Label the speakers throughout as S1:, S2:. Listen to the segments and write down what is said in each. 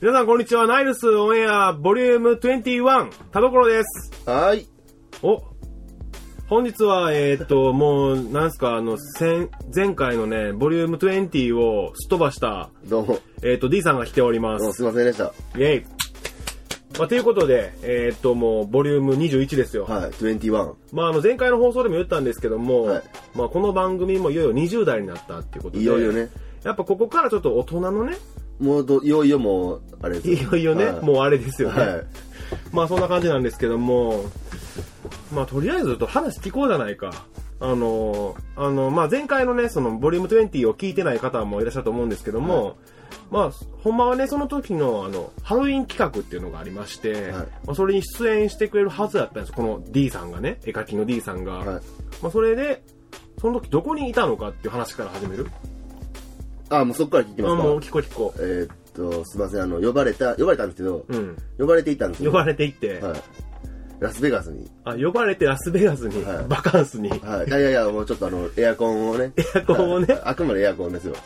S1: 皆さんこんにちは、ナイルスオンエアボリューム21、田所です。
S2: はーい。
S1: お本日は、えーっと、もう、なんすか、あの、先、前回のね、ボリューム20をすっ飛ばした、
S2: どうも。
S1: えーっと、D さんが来ておりま
S2: どうもす
S1: す。
S2: いませんでした。
S1: イェイ。まあ、ということで、えーっと、もう、ボリューム21ですよ。
S2: はい、21。
S1: まあ、あの、前回の放送でも言ったんですけども、
S2: はい
S1: まあ、この番組もいよいよ20代になったっていうことで。
S2: いよいよね。
S1: やっぱここからちょっと大人のね、
S2: もうど、いよいよもう、あれで
S1: い
S2: す
S1: よいよね、
S2: はい
S1: もうあれですよね。
S2: はい。
S1: まあそんな感じなんですけども、まあとりあえずちょっと話聞こうじゃないか。あの、あの、まあ前回のね、そのボリューム20を聞いてない方もいらっしゃると思うんですけども、まあ、ほんまはね、その時の、あの、ハロウィン企画っていうのがありまして、
S2: はい
S1: まあ、それに出演してくれるはずだったんです。この D さんがね、絵描きの D さんが。
S2: はい。
S1: まあ、それで、その時どこにいたのかっていう話から始める。
S2: あ、もうそこから聞き
S1: あ
S2: ます
S1: もう
S2: か。
S1: 聞こう聞こう。
S2: えーっと、すいません、あの、呼ばれた、呼ばれたんですけど、
S1: うん。
S2: 呼ばれていたんです
S1: 呼
S2: よ。
S1: ばれていって、
S2: はい。ラスベガスに。
S1: あ、呼ばれてラスベガスに、
S2: はい
S1: バカンス に、
S2: はい。いやいやいや、もうちょっとあの、エアコンをね。
S1: エアコンをね
S2: はいあくまでエアコンですよ。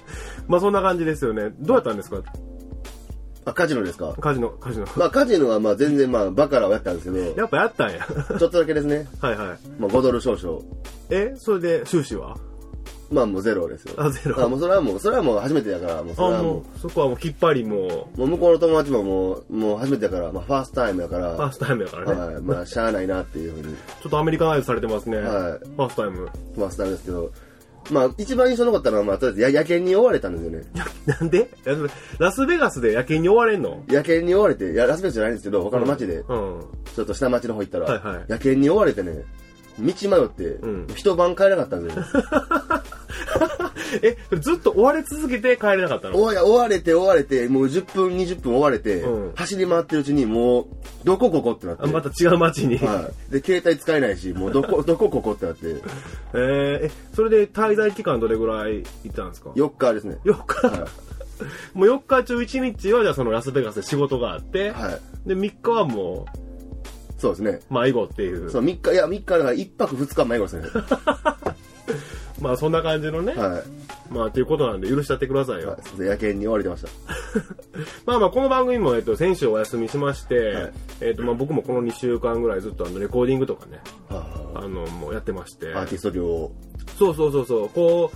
S1: まあそんな感じですよね。どうやったんですか
S2: あ、カジノですか
S1: カジノ、カジノ。
S2: まあ、カジノはまあ全然まあ、バカラをやったんですけど、
S1: やっぱやったんや。
S2: ちょっとだけですね。
S1: はいはい。
S2: まあ、5ドル少々。
S1: え、それで収支は
S2: まあもうゼロですよ。
S1: あゼロ
S2: あ、もうそれはもう、それはもう初めてだから、もう
S1: あ、
S2: それはもう
S1: も。う、そこはもう引っ張りも
S2: もう向こうの友達ももう、もう初めてだから、まあファーストタイムだから、
S1: う、ファーストタイムやからね。
S2: はい、まあしゃあないなっていうふうに、
S1: ちょっとアメリカナイズされてますね。
S2: はい
S1: ファーストタイム。
S2: ファーストタイムですけど、まあ一番印象に残ったのは、まあとりあえずや野犬に追われたんですよね。
S1: やなんでいやそれラスベガスで野犬に追われんの
S2: 野犬に追われて、いや、ラスベガスじゃないんですけど、他の町で、
S1: うん。
S2: ちょっと下町の方行ったら、
S1: はいはい
S2: 野犬に追われてね、道迷って、
S1: ん
S2: 一晩帰れなかったんで すよ。
S1: え、それずっと追われ続けて帰れなかったの
S2: 追わ追われて追われて、もう10分、20分追われて、
S1: うん
S2: 走り回ってるうちに、もう、どこここってなって。
S1: あまた違う街に。
S2: はい。で、携帯使えないし、もうどこ、 どこここって なっ
S1: え
S2: て、
S1: ーえ、それで滞在期間どれぐらい行ったんですか
S2: 4日ですね。
S1: 4日、
S2: は
S1: もう4日中1日はじゃあそのラスベガスで仕事があって、
S2: はい。
S1: で3日はも
S2: そうですね。
S1: う迷子っていう
S2: そう、3日、いや、3日だから1泊2日迷子ですね。
S1: まあそんな感じのね、
S2: はい。
S1: まあということなんで許しちゃってくださいよ、
S2: はい、すいません野犬に追われてました。
S1: まあまあこの番組も、えっと、先週お休みしまして、
S2: はい
S1: えっと、まあ僕もこの2週間ぐらいずっとあのレコーディングとかね
S2: は
S1: あのもうやってまして
S2: あアーティスト業を。
S1: そうそうそうそうこ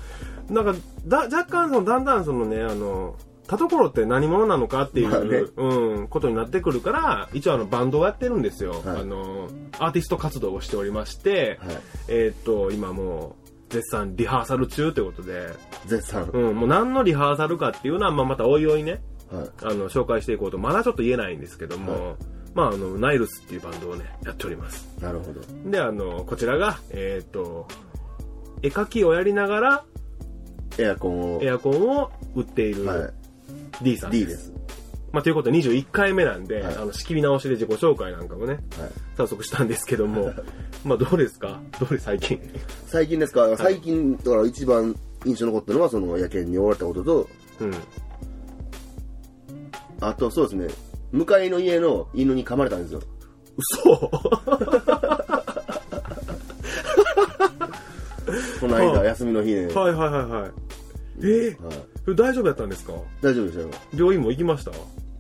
S1: うなんかだ若干そのだんだんそのねあの田所って何者なのかっていう、
S2: まあね
S1: うん、ことになってくるから、一応あのバンドをやってるんですよ。
S2: はい
S1: あの、アーティスト活動をしておりまして、
S2: はい。
S1: えっと、今もう、絶賛リハーサル中ということで、
S2: 絶賛。
S1: うん、もう何のリハーサルかっていうのは、まあ、またおいおいね、
S2: はい。
S1: あの、紹介していこうと、まだちょっと言えないんですけども、まあ、あの、ナイルスっていうバンドをね、やっております。
S2: なるほど。
S1: で、あの、こちらが、えっ、と、絵描きをやりながら、
S2: エアコンを。
S1: エアコンを売ってい
S2: は
S1: る D さん
S2: い。
S1: です。
S2: D です。
S1: まあ、ということで21回目なんで、
S2: はい
S1: あの、仕切り直しで自己紹介なんかもね、
S2: はい。
S1: 早速したんですけども、まあ、どうですかどうです最近。
S2: 最近ですか最近、だから一番印象に残ったのは、その野犬に追われたことと、
S1: うん。
S2: あと、そうですね。向かいの家の犬に噛まれたんですよ。
S1: 嘘
S2: この間、
S1: はい
S2: 休みの日ね。はい。
S1: はいはいはいはい。えーそれ大丈夫やったんですか
S2: 大丈夫でしたよ。
S1: 病院も行きました
S2: い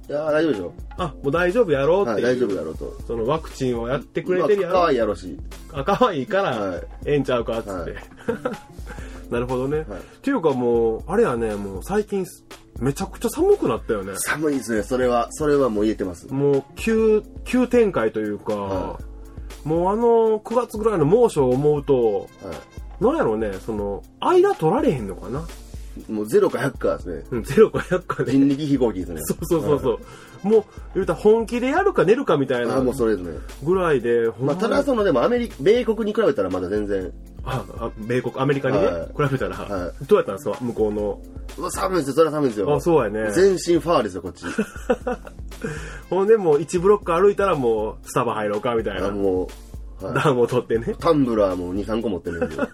S2: やー大丈夫でしょ。
S1: あ、もう大丈夫やろうっ
S2: は
S1: て
S2: い、
S1: いう。
S2: 大丈夫やろうと。
S1: そのワクチンをやってくれてるや
S2: まあ可
S1: ろ
S2: 愛いやろし。
S1: あ可愛いから、
S2: はい
S1: ええんちゃうかっつって、
S2: はい
S1: なるほどね、
S2: はい
S1: っていうかもうあれやねもう最近めちゃくちゃ寒くなったよね
S2: 寒いですね。それは、それはもう言えてます。
S1: もう急急展開というか、
S2: は
S1: もうあの9月ぐらいの猛暑を思うと
S2: は。
S1: なんやろうねその間取られへんのかない
S2: もう0か100かですね。
S1: うん0か100かで
S2: 人力飛行機ですね。
S1: そうそうそうそう、もう言うたら本気でやるか寝るかみたい
S2: あ
S1: な
S2: あ、もうそれですね。
S1: ぐらいで、ほんま
S2: まあ、
S1: に
S2: ただその、でも、アメリカ、米国に比べたらまだ全然、
S1: ああ米国アメリカにね、
S2: は
S1: 比べたら、
S2: は
S1: どうやったんですか向こうの
S2: うわ寒いですよ、それは寒いですよ。
S1: あ、そうやね。
S2: 全身ファーです よ、こっち。
S1: ほんでもう1ブロック歩いたらもうスタバ入ろうかみたい
S2: あ
S1: な。
S2: もう、はい
S1: 暖を取ってね。
S2: タンブラーも2、3個持って るんですよ。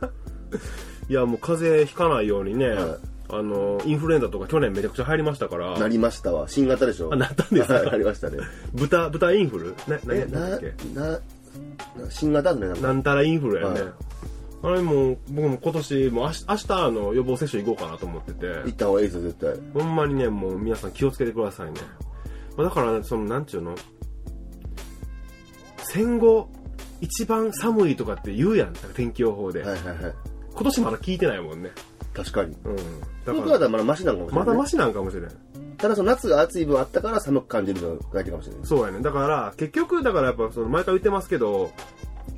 S1: いやもう風邪ひかないようにね、
S2: はい
S1: あの、インフルエンザとか去年めちゃくちゃ入りましたから、
S2: なりましたわ。新型でしょ。
S1: あなったんですか
S2: はいなりましたね。
S1: 豚、豚インフルね、
S2: え、
S1: 何
S2: な、
S1: なんだ
S2: な
S1: っけ、
S2: な新型ですね、なんか。
S1: なんたらインフルやね。
S2: はい
S1: あれもう、僕も今年、もう明日、明日あの、予防接種行こうかなと思ってて、
S2: 行った方がいいですよ、絶対。
S1: ほんまにね、もう皆さん気をつけてくださいね。まあ、だから、その、なんちゅうの戦後、一番寒いとかって言うやん、天気予報で。
S2: はいはいはい。
S1: 今年まだ聞いてないもんね。
S2: 確かに。
S1: うん。だ
S2: 僕
S1: か
S2: は
S1: ら、
S2: まだマシなのかもしれな
S1: ま
S2: い、
S1: だマシなんかもしれん。
S2: ただその夏が暑い分あったから寒く感じるのがいいかもしれない。
S1: そうやね。だから、結局、だからやっぱ、その、毎回言ってますけど、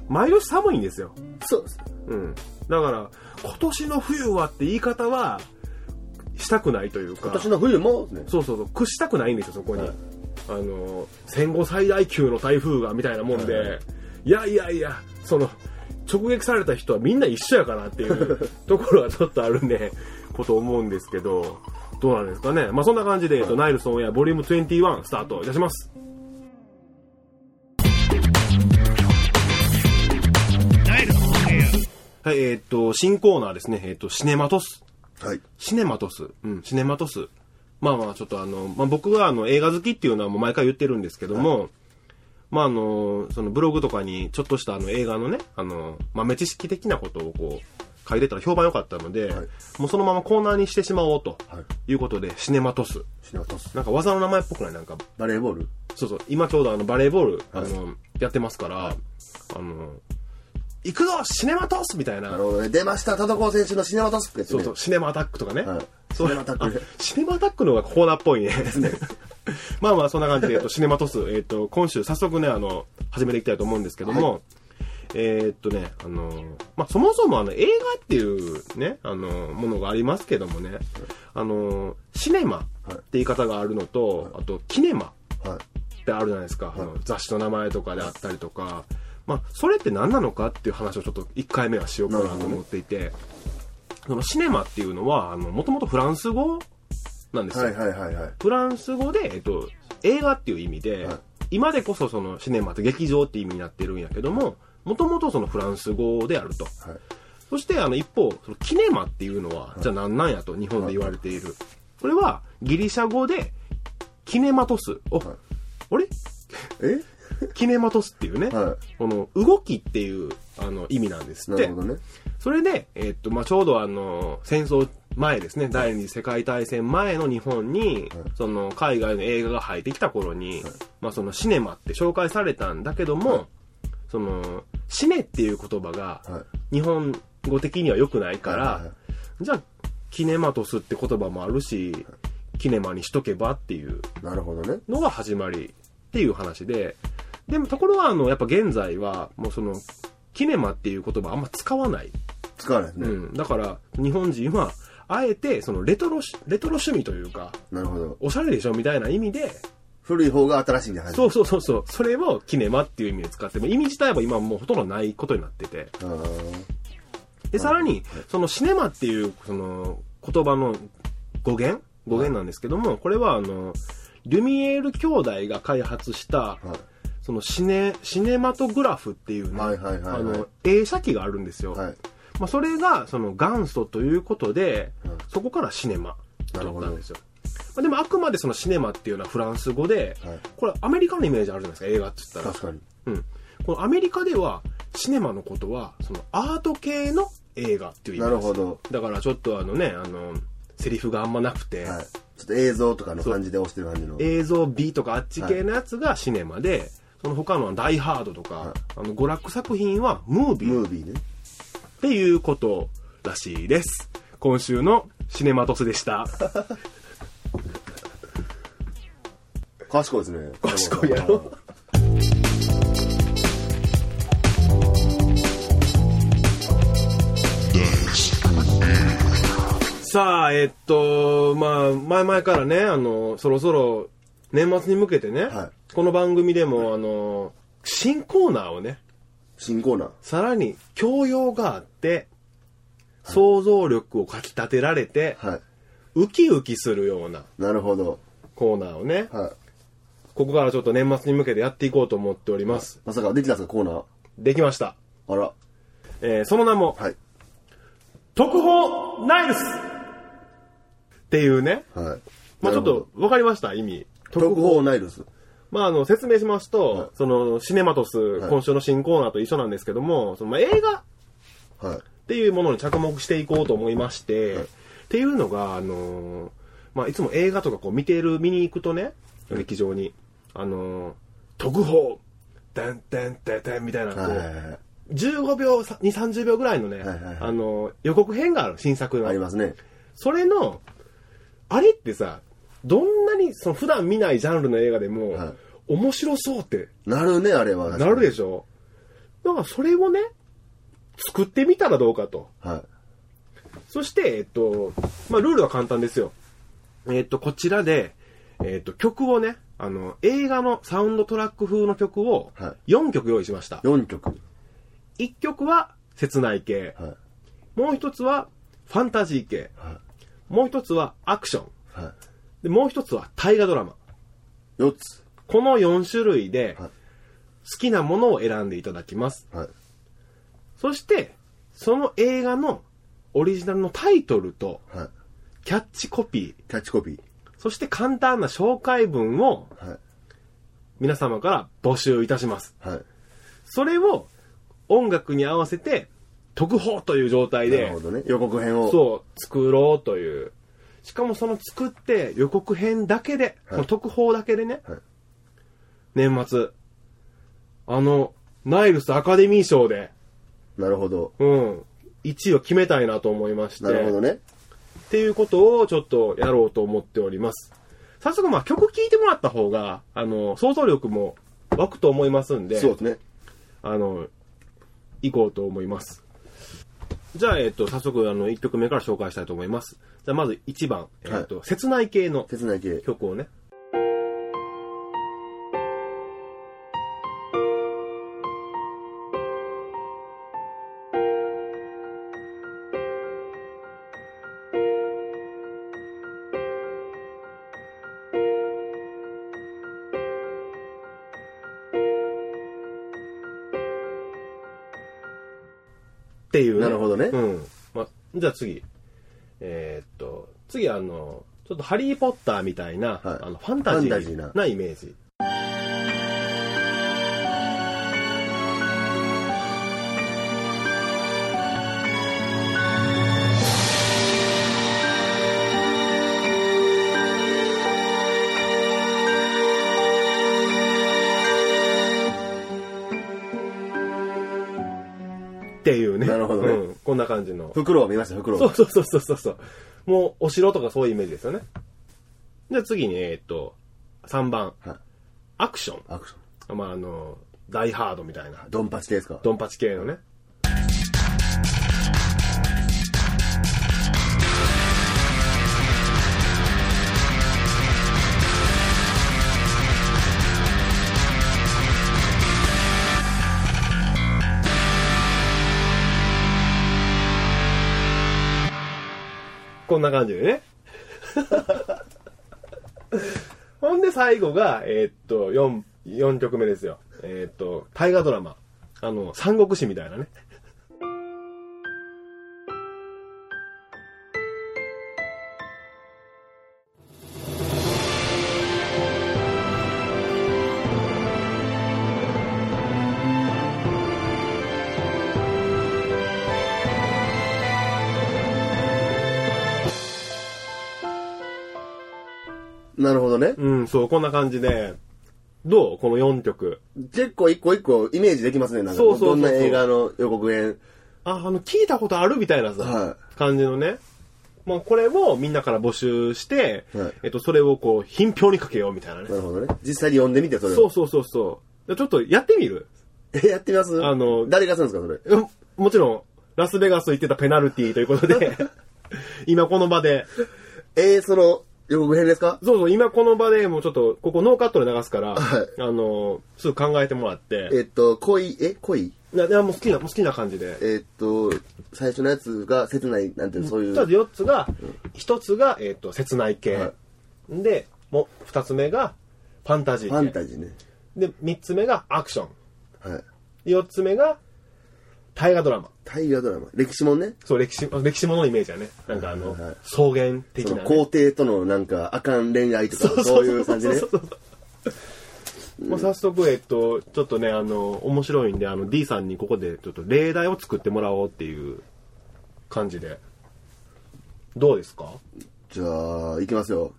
S1: 毎年寒いんですよ。
S2: そうです。
S1: うん。だから、今年の冬はって言い方は、したくないというか。
S2: 今年の冬も、ね、
S1: そうそうそう、屈したくないんですよ、そこに。
S2: はい
S1: あの、戦後最大級の台風が、みたいなもんで、、
S2: はい
S1: やいやいや、その、直撃された人はみんな一緒やからっていう ところがちょっとあるね、こと思うんですけど、どうなんですかね。まあ、そんな感じで、えっと、ナイルソンエアボリューム21スタートいたします。はい、えっと、新コーナーですね。えっと、シネマトス。
S2: はい。
S1: シネマトス。うん、シネマトス。まあまあ、ちょっとあの、まあ僕はあの、映画好きっていうのはもう毎回言ってるんですけども、まああの、そのブログとかにちょっとしたあの映画のね、あの、豆知識的なことをこう、書いてたら評判良かったので、
S2: はい
S1: もうそのままコーナーにしてしまおうと
S2: はい。
S1: いうことで、シネマトス。
S2: シナトス。
S1: なんか技の名前っぽくないなんか、
S2: バレーボール
S1: そうそう、今ちょうどあの、バレーボール、あ
S2: はい
S1: の、やってますから、あの、行くぞシネマトスみたいな
S2: なるほどね。出ました、戸郷選手のシナトスってやつ
S1: そう
S2: ね。
S1: そう、シネマアタックとかね。
S2: はい
S1: そう
S2: シネマアタック
S1: あシネマアタックの方がコーナーっぽいね。 まあまあ、そんな感じで、えっと、シネマトス、えっと、今週早速ね、あの、始めていきたいと思うんですけども、えーっとね、あの、まあ、そもそもあの、映画っていうね、あの、ものがありますけどもね、あの、シネマって言い方があるのと、あと、キネマ
S2: はい。
S1: ってあるじゃないですか、あの雑誌の名前とかであったりとか、まあ、それって何なのかっていう話をちょっと1回目はしようかなと思っていて、そのシネマっていうのはあのもともとフランス語なんですよ、
S2: はいはいはいはい。
S1: フランス語で、えっと、映画っていう意味で、
S2: はい
S1: 今でこそそのシネマって劇場って意味になってるんやけどももともとそのフランス語であると
S2: はい。
S1: そしてあの一方そのキネマっていうのは、じゃあ何なんやと日本で言われている、これはギリシャ語でキネマトスお、
S2: はい
S1: あれ
S2: え
S1: キネマトスっていうね、
S2: は
S1: この動きっていうあの意味なんです
S2: い。
S1: っ
S2: な
S1: て
S2: るほどね。
S1: それで、えっとまあ、ちょうどあの戦争前ですね第二次世界大戦前の日本に、その海外の映画が入ってきた頃に、まあ、そのシネマって紹介されたんだけども、そのシネっていう言葉が
S2: はい。
S1: 日本語的には良くないから、
S2: はいはいはい
S1: じゃあキネマトスって言葉もあるし、キネマにしとけばっていう
S2: なるほどね。
S1: のが始まりっていう話で、でもところがあの、やっぱ現在は、もうその、キネマっていう言葉あんま使わない。
S2: 使わないです
S1: う
S2: ね。
S1: ん。だから、日本人は、あえて、そのレトロし、レトロ趣味というか、
S2: なるほど。
S1: おしゃれでしょみたいな意味で、
S2: 古い方が新しいみたいな
S1: そ
S2: 感
S1: うそうそうそう、それをキネマっていう意味で使っても、意味自体は今もうほとんどないことになってて。
S2: じ。あー
S1: で、さらに、そのシネマっていう、その、言葉の語源語源なんですけども、これはあの、リュミエール兄弟が開発した、
S2: はい。
S1: そのシネ、シネマトグラフっていうね、
S2: はいはいはいはい
S1: あの、映写機があるんですよ。
S2: はい。
S1: まあ、それが、その元祖ということで、
S2: うん
S1: そこからシネマだ
S2: なる
S1: っ
S2: ほ
S1: た
S2: ど
S1: んですよ。まあ、でもあくまでそのシネマっていうのはフランス語で、
S2: はい
S1: これアメリカのイメージあるじゃないですか、映画って言ったら。
S2: 確かに。
S1: うん。このアメリカでは、シネマのことは、そのアート系の映画っていう意
S2: な
S1: 味
S2: る
S1: です。
S2: ほど。
S1: だからちょっとあのね、あの、セリフがあんまなくて、
S2: はい。ちょっと映像とかの感じで押してる感じの。
S1: 映像美とかあっち系のやつがシネマで、その他のはダイハードとか、
S2: はい
S1: あの娯楽作品はムービー
S2: ム
S1: っ
S2: ービーね。
S1: ていうことらしいです。今週のシネマトスでした。
S2: 賢いですね。
S1: 賢いやろ。さあ、えっと、まあ、前々からね、あの、そろそろ年末に向けてね、
S2: は
S1: この番組でも、あの、新コーナーをね、
S2: 新コーナー。
S1: さらに教養があって、想像力をかき立てられて、
S2: はい。
S1: ウキウキするような
S2: なるほど。
S1: コーナーをね、
S2: はい。
S1: ここからちょっと年末に向けてやっていこうと思っております。
S2: まさかできたんですか、コーナー。
S1: できました。
S2: あら。
S1: えーその名も、
S2: はい。
S1: 特報ナイルスっていうね、
S2: はい。
S1: まあちょっ
S2: なるほ
S1: と分かりました、意味。
S2: ど。特報ナイルス。
S1: まああの、説明しますと、
S2: はい
S1: その、シネマトス、
S2: い
S1: 今週の新コーナーと一緒なんですけども、その、まあ映画
S2: はい。
S1: っていうものに着目していこうと思いまして、っていうのが、あのーまあ、いつも映画とかこう見てる、見に行くとね、劇場に、あのー特報、てんてんてんてんみたいな、こう
S2: はいはいはい
S1: 15秒、さ2、30秒ぐらいのね、
S2: はいはいはい
S1: あのー予告編がある、新作の。
S2: ありますね。
S1: それの、あれってさ、どんなに、その普段見ないジャンルの映画でも、
S2: はい
S1: 面白そうって
S2: なるね、あれは。
S1: なるで
S2: し
S1: しょだからそれをね、作ってみたらどうかと。
S2: ょ。はい。
S1: そして、えっと、まあ、ルールは簡単ですよ。えっと、こちらで、えっと、曲をね、あの、映画のサウンドトラック風の曲を
S2: は、
S1: 4曲用意しました。
S2: 4曲。
S1: 1曲は、切ない系。
S2: はい。
S1: もう一つは、ファンタジー系。
S2: は
S1: もう一つは、アクション。
S2: い。はい。
S1: で、もう一つは、大河ドラマ。
S2: 4つ。
S1: この4種類で、
S2: は
S1: 好
S2: い
S1: きなものを選んでいただきます。
S2: はい。
S1: そして、その映画のオリジナルのタイトルと、
S2: はい。
S1: キャッチコピー、
S2: キャッチコピー。
S1: そして簡単な紹介文を
S2: はい。
S1: 皆様から募集いたします。
S2: はい。
S1: それを音楽に合わせて特報という状態
S2: なる
S1: で
S2: ほ、どね。予告編を。
S1: そう、作ろうという。しかもその作って予告編だけで、
S2: はい
S1: 特報だけでね、
S2: はい
S1: 年末、あの、ナイルスアカデミー賞で、
S2: なるほど。
S1: うん、1位を決めたいなと思いまして、
S2: なるほどね。
S1: っていうことをちょっとやろうと思っております。早速まあ曲聴いてもらった方が、あの、想像力も湧くと思いますんで、
S2: そうですね。
S1: あの、行こうと思います。じゃあ、えっと、早速、あの、1曲目から紹介したいと思います。じゃあ、まず1番、えっと、切ない系の
S2: 切ない系。
S1: 曲をね。っていう、
S2: なるほどね
S1: うん。ま、じゃあ次。えーっと、次あの、ちょっとハリー・ポッターみたいな、
S2: はい
S1: あのファンタジ
S2: ファンタジーな
S1: ーなイメージ。っていうね。
S2: なるほどね
S1: うん。こんな感じの。
S2: 袋を見ました、袋
S1: そ
S2: を
S1: う。そうそうそうそうそう。もう、お城とかそういうイメージですよね。じゃあ次に、えーっと、3番、
S2: はい。
S1: アクション。
S2: アクション。
S1: まあ、あの、ダイハードみたいな、
S2: ドンパチ系ですか。
S1: ドンパチ系のね。こんな感じでね。ほんで最後が、えーっと、4、四曲目ですよ。えーっと、大河ドラマ。あの、三国志みたいなね。
S2: なるほどね。
S1: うん、そう、こんな感じで。どうこの4曲。
S2: 結構一個一個イメージできますね、なんか。
S1: そうそうそうそう
S2: どんな映画の予告編。
S1: あ、あの、聞いたことあるみたいなさ、
S2: は
S1: 感じのね。まあ、これをみんなから募集して、
S2: はい
S1: えっと、それをこう、品評にかけようみたいなね
S2: い。。なるほどね。実際に読んでみて、それ
S1: そう
S2: を。
S1: そうそうそう。でちょっとやってみる
S2: え、 やってみます
S1: あの
S2: 誰がするんですか、それ。
S1: うんもちろん、ラスベガス行ってたペナルティということ で、今この場で、
S2: えー、その、予告編ですか
S1: そうそう、今この場でもうちょっと、ここノーカットで流すから、
S2: はい
S1: あの、すぐ考えてもらって、
S2: えっと、恋、え、恋
S1: いやいやもう好きな、もう好きな感じで。
S2: えっと、最初のやつが切ない、なんていうの、そうい
S1: とりあえず
S2: う。
S1: 4つが、1つが、えっと、切ない系。
S2: は
S1: で、もう2つ目が、ファンタジ
S2: ファ
S1: ー
S2: ン
S1: 系。
S2: タジーね。
S1: で、3つ目が、アクション。
S2: はい。
S1: 4つ目が、大河ドラマ。
S2: 大河ドラマ。歴史もんね。
S1: そう、歴史、歴史もののイメージだね。なんかあの、
S2: はいはいはい
S1: 草原的
S2: そ
S1: な、
S2: の
S1: ね。
S2: 皇帝とのなんか、あかん恋愛とか、そういう感じね
S1: そ。うそうそうそうもう早速、えっと、ちょっとね、あの、面白いんで、あの、D さんにここで、ちょっと例題を作ってもらおうっていう感じで。どうですか
S2: じゃあ、いきますよ。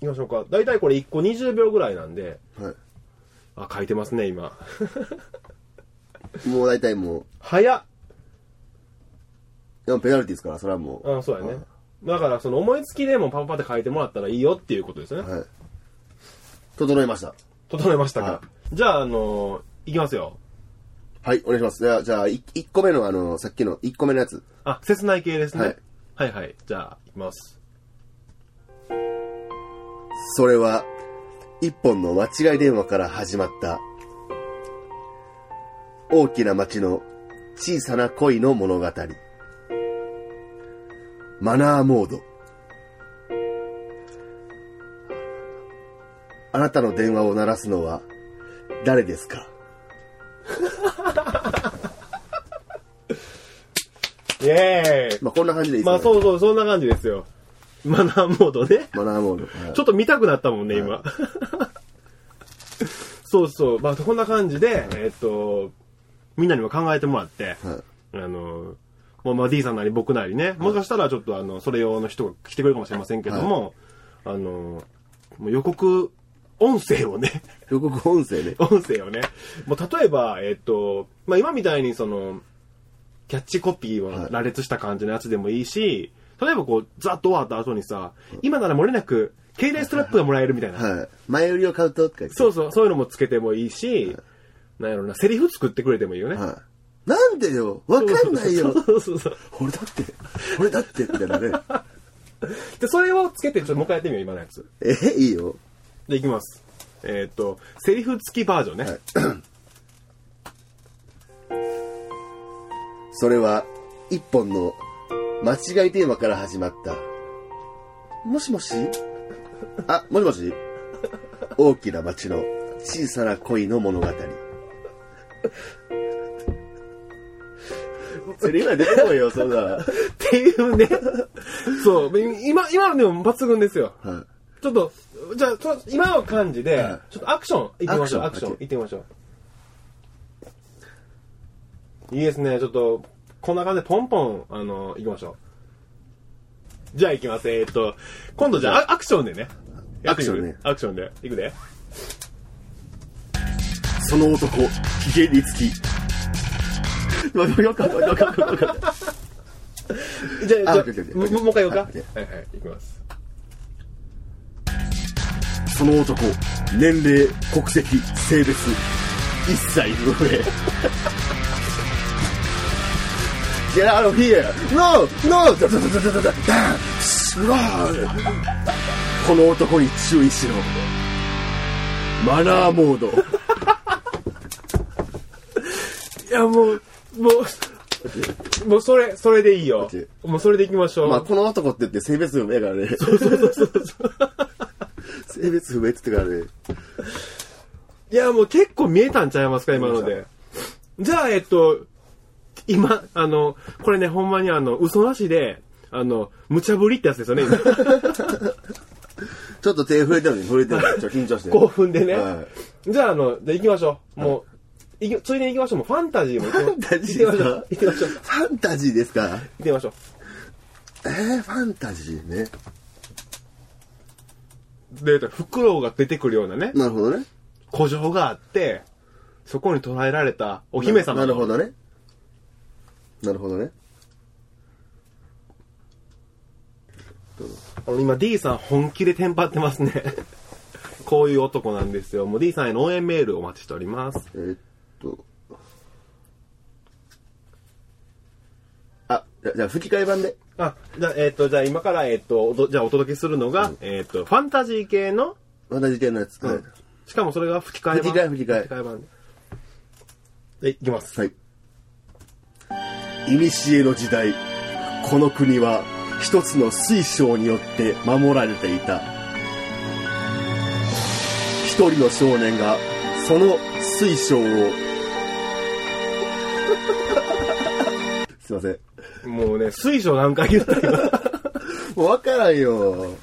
S1: きましょうか。だいたいこれ1個20秒ぐらいなんで、
S2: は
S1: あ、書いてますね、今。
S2: い。もう大体もう、
S1: 早っ
S2: でもペナルティですから、それはもう。
S1: あそうやね。だから、その思いつきでもパパパって書いてもらったらいいよっていうことですよね。
S2: はい。はい。整いました。
S1: 整えましたか。
S2: は
S1: じゃあ、あのーいきますよ。
S2: はい、お願いします。じゃあ、じゃあ、い一個目のあの、さっきの一個目のやつ。
S1: あ、切ない系ですね。は
S2: はいい、
S1: はいはいじゃあ、いきます。
S2: それは、一本の間違い電話から始まった、大きな町の小さな恋の物語。マナーモード。あなたの電話を鳴らすのは、誰ですか
S1: イェーイ
S2: まあ、こんな感じでいいですか、
S1: まあ、そうそう、そんな感じですよ。マナーモードね。
S2: マナーモード。はい
S1: ちょっと見たくなったもんね、今。 そうそう。まあ、こんな感じで、えっと、みんなにも考えてもらって、
S2: はい
S1: あの、まあ、まあ、D さんなり僕なりね、もしかしたらちょっと、あの、それ用の人が来てくれるかもしれませんけども、あの、もう予告、音声をね、
S2: 予告音声ね。
S1: 音声をね、もう例えば、えっと、まあ、今みたいにその、キャッチコピーを羅列した感じのやつでもいいし、例えばこう、ざっと終わった後にさ、今なら漏れなく、携帯ストラップがもらえるみたいな。
S2: はい。前売りを買うととか言って。
S1: そうそう、そういうのもつけてもいいし、なんやろな、セリフ作ってくれてもいいよね。
S2: はい。なんでよわかんないよ
S1: そうそうそう。
S2: 俺だって、俺だって、みたいなね。
S1: で、それをつけて、ちょっともう一回やってみよう、今のやつ。
S2: え、いいよ。
S1: で、いきます。えーっと、セリフ付きバージョンね。
S2: それは、一本の間違い電話から始まった。もしもしあ、もしもし大きな町の小さな恋の物語。セリフは出てこいよ、そん
S1: っ
S2: な。
S1: ていうね。そう、今、今のでも抜群ですよ。
S2: は
S1: ちょっと、じゃあ、ちょ今の感じで、
S2: はい
S1: ちょっとアクション行ってみましょう。ア
S2: ア
S1: ク
S2: ク
S1: シ
S2: シ
S1: ョ
S2: ョ
S1: ン
S2: ン
S1: 行ってみましょう。いいですね。ちょっと、こんな感じでポンポン、あの、行きましょう。じゃあ行きます。えーっと、今度じゃあ、アクションでね。やってみる
S2: アクションね
S1: アクションで。行くで。
S2: その男、ヒゲにつき。わかったわかったわかった
S1: じゃあ、
S2: あ
S1: じゃ
S2: オッケーオッケ
S1: も
S2: ーオッケー
S1: もう一回言おうか。は
S2: はい
S1: い
S2: オッ
S1: はい、行きます。
S2: その男、年齢、国籍、性別、一切不明。Get out of here! No! No! ダダダダダダダシュワーこの男に注意しろ。マナーモード。
S1: いや、もう、もう、もうそれ、それでいいよ
S2: ッケ。
S1: もうそれで行きましょう。
S2: まあ、この男って言って性別不明やからね。そうそうそうそう。性別不明って言ってからね。
S1: いや、もう結構見えたんちゃいますか、今ので。じゃあ、えっと、今、あの、これね、ほんまにあの、嘘なしで、あの、無茶ぶりってやつですよね、 今
S2: ちょっと手震えてるのに震えてるのに、ちょっと緊張して。
S1: 興奮でね。
S2: はい
S1: じゃあ、あの、じゃあ行きましょう。もう、いきついでに行きましょう。もうファンタジーも
S2: ファ
S1: 行
S2: ン
S1: き
S2: タジーですか
S1: 行ってみましょう
S2: ファンタジーです
S1: 行
S2: か
S1: きましょう。
S2: えー、ファンタジーね。
S1: で、フクロウが出てくるようなね、
S2: なるほどね。
S1: 古城があって、そこに捕らえられたお姫様
S2: ななる
S1: の
S2: ほどね。なるほどね。
S1: あの今 D さん本気でテンパってますね。 こういう男なんですよ。もう D さんへの応援メールお待ちしております。
S2: えーっと。あ、じゃじゃあ吹き替え版で。
S1: あ、じゃあ、えっ、と、じゃあ今から、えっ、と、おどじゃあお届けするのが、えっ、と、ファンタジー系の、
S2: ファンタジー系のやつ。はい
S1: しかもそれが吹き替え版。
S2: 吹き替え吹き替え
S1: 版で。でいきます。
S2: はい。いにしえの時代、この国は一つの水晶によって守られていた。一人の少年が、その水晶を、 すいません。
S1: もうね、水晶何回言ったけど。
S2: もうわからんよ。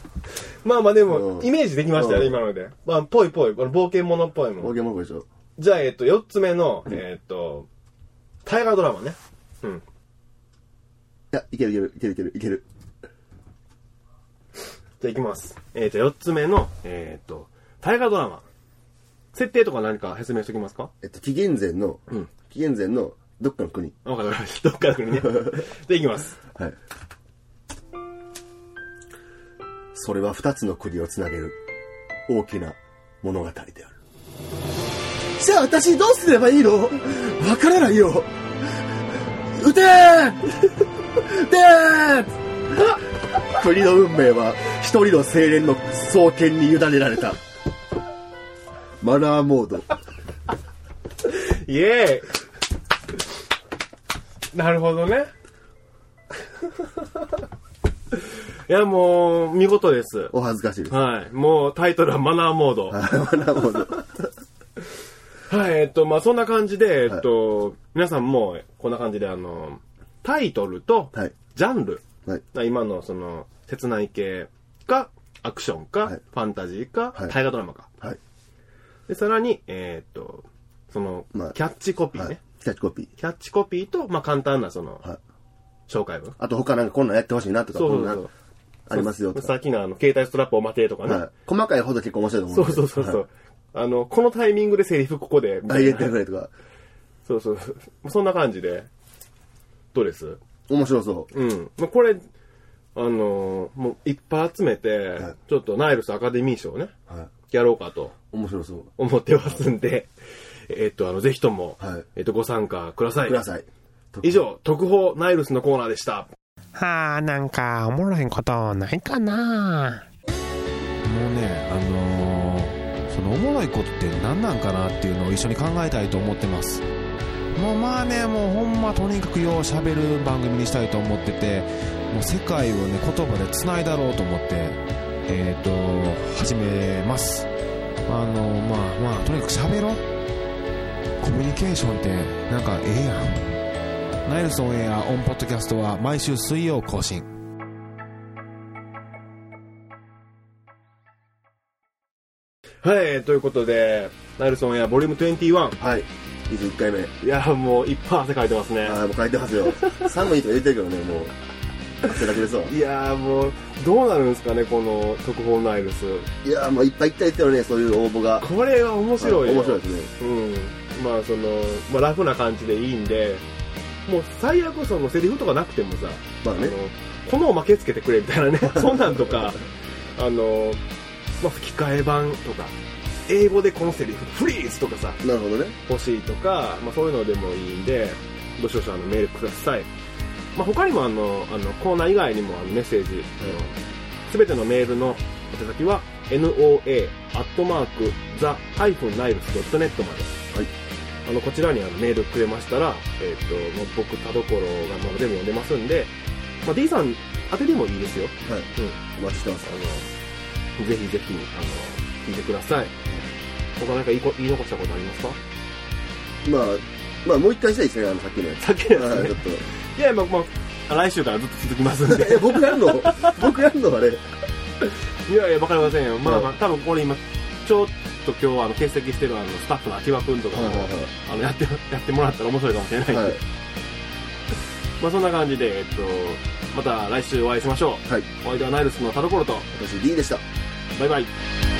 S1: まあまあでも、
S2: うん
S1: イメージできましたよね、
S2: うん
S1: 今ので。まあ、ぽいぽい、この冒険者っぽいも
S2: 冒
S1: ん。
S2: 険もでしょ。
S1: じゃあ、えっ、と、4つ目の、えっ、と、大河ドラマね。うん。
S2: いや、いけるいけるいけるいけるいける。
S1: じゃあいきます。えー、じゃあ4つ目の、えーっと、大河ドラマ。設定とか何か説明しておきますか
S2: えっと、紀元前の、紀元前のどっかの国。
S1: わかりました。どっかの国ね。 じゃあいきます。
S2: はい。それは二つの国をつなげる大きな物語である。じゃあ私どうすればいいのわからないよ。撃てーでー国の運命は一人の青年の双剣に委ねられた。マナーモード。
S1: イエーイなるほど ね。いや、もう、見事です。
S2: お恥ずかしいです。マ
S1: はい。もう、タイトルはマナーモード。は
S2: ナーモード。
S1: い、えっと、まあ、そんな感じで、えっと、皆さんも、こんな感じで、あの、タイトルと
S2: はい、
S1: ジャンル。
S2: はい。
S1: 今の、その、切ない系か、アクションか、
S2: はい
S1: ファンタジーか、
S2: はい
S1: 大河ドラマか。
S2: はい。
S1: で、さらに、えっと、その、
S2: まあ
S1: キャッチコピーね。
S2: はい。キャッチコピー。
S1: キャッチコピーと、まあ、簡単な、その、
S2: はい
S1: 紹介文。
S2: あと他なんかこんなんやってほしいなとか、
S1: そう
S2: こ
S1: そ
S2: ん
S1: う
S2: な
S1: そ
S2: ん
S1: う。
S2: ありますよと
S1: さ
S2: か。
S1: っきのあの、携帯ストラップを待てとかね。
S2: はい。細かいほど結構面白いと思う
S1: そ
S2: ん
S1: う
S2: で。
S1: そうそうそう、
S2: はい。
S1: あの、このタイミングでセリフここで、み
S2: あ
S1: た
S2: 入
S1: い
S2: れ
S1: な
S2: てくれとか。
S1: そうそうそう。そんな感じで。どうです
S2: 面白そ
S1: うん。まあ、これ、あのーもういっぱい集めて、
S2: はい
S1: ちょっとナイルスアカデミー賞をね、
S2: う。はい。
S1: やろうかと
S2: 面白そう。
S1: 思ってますんで、えっと、あの、ぜひとも、
S2: はい
S1: えっと、ご参加ください。
S2: ください。
S1: 以上、特報ナイルスのコーナーでした。
S3: あーなんかおもろいことないかな
S4: もうねあのーそのおもろいことって何なんかなっていうのを一緒に考えたいと思ってますもうまあねもうほんまとにかくようしゃべる番組にしたいと思っててもう世界をね言葉でつないだろうと思ってえっ、と始めますあのーまあまあとにかくしゃべろうコミュニケーションってなんかええやんナイルソンエアオンポッドキャストは毎週水曜更新
S1: はい、ということで、ナイルソンエアボリューム21。
S2: はい。21回目。
S1: いや、もういっぱい汗かいてますね。
S2: ああ、もう書いてますよ。寒いとか言ってるけどね、もう。汗だくでそう。
S1: いやーもう、どうなるんですかね、この特報ナイルス。
S2: いやー、もういっぱいいっぱい言ってるね、そういう応募が。
S1: これは面白いよ。
S2: 面白いですね。
S1: うん。まあ、その、まあ、ラフな感じでいいんで、もう最悪そのセリフとかなくてもさ、
S2: まあ
S1: あ
S2: ね
S1: の。、炎を巻きつけてくれみたいな ね、そんなんとか、あの、まあ、吹き替え版とか、英語でこのセリフ、フリーズとかさ、
S2: なるほどね。
S1: 欲しいとか、まあ、そういうのでもいいんで、どしどしあのメールください。まあ、他にもあの、あの、コーナー以外にもあのメッセージ、すべてのメールの宛先は、noa.the-nails.net まで。
S2: はい
S1: あの、こちらにあのメールくれましたら、えっ、と、もう僕、田所がまだ全部読んでますんで、まあ、D さん宛てでもいいですよ。
S2: はい。お待ちしてます。
S1: あの、ぜひぜひ、あの、聞いてください。他なんか言いこ言い残したことありますか
S2: まあ、まあ、もう一回したいですね、あの、さっきのや つ。
S1: さっきのやつ
S2: は
S1: ね
S2: い、ちょっと。
S1: いや、まあ、まあ、来週からずっと続きますんで。
S2: え、僕やるの僕やるのあ れ。
S1: いやいや、わかりませんよ。まあまあ、多分これ今、ちょっと今日、あの、欠席してるあの、スタッフの秋葉くんとかも、
S2: はいはいはい
S1: あの、やって、やってもらったら面白いかもしれないんで。
S2: はい。
S1: まあ、そんな感じで、えっと、また来週お会いしましょう。
S2: はい。
S1: お相手はナイルスの田所と、
S2: 私、D でした。
S1: バイバイ。
S2: バイバイ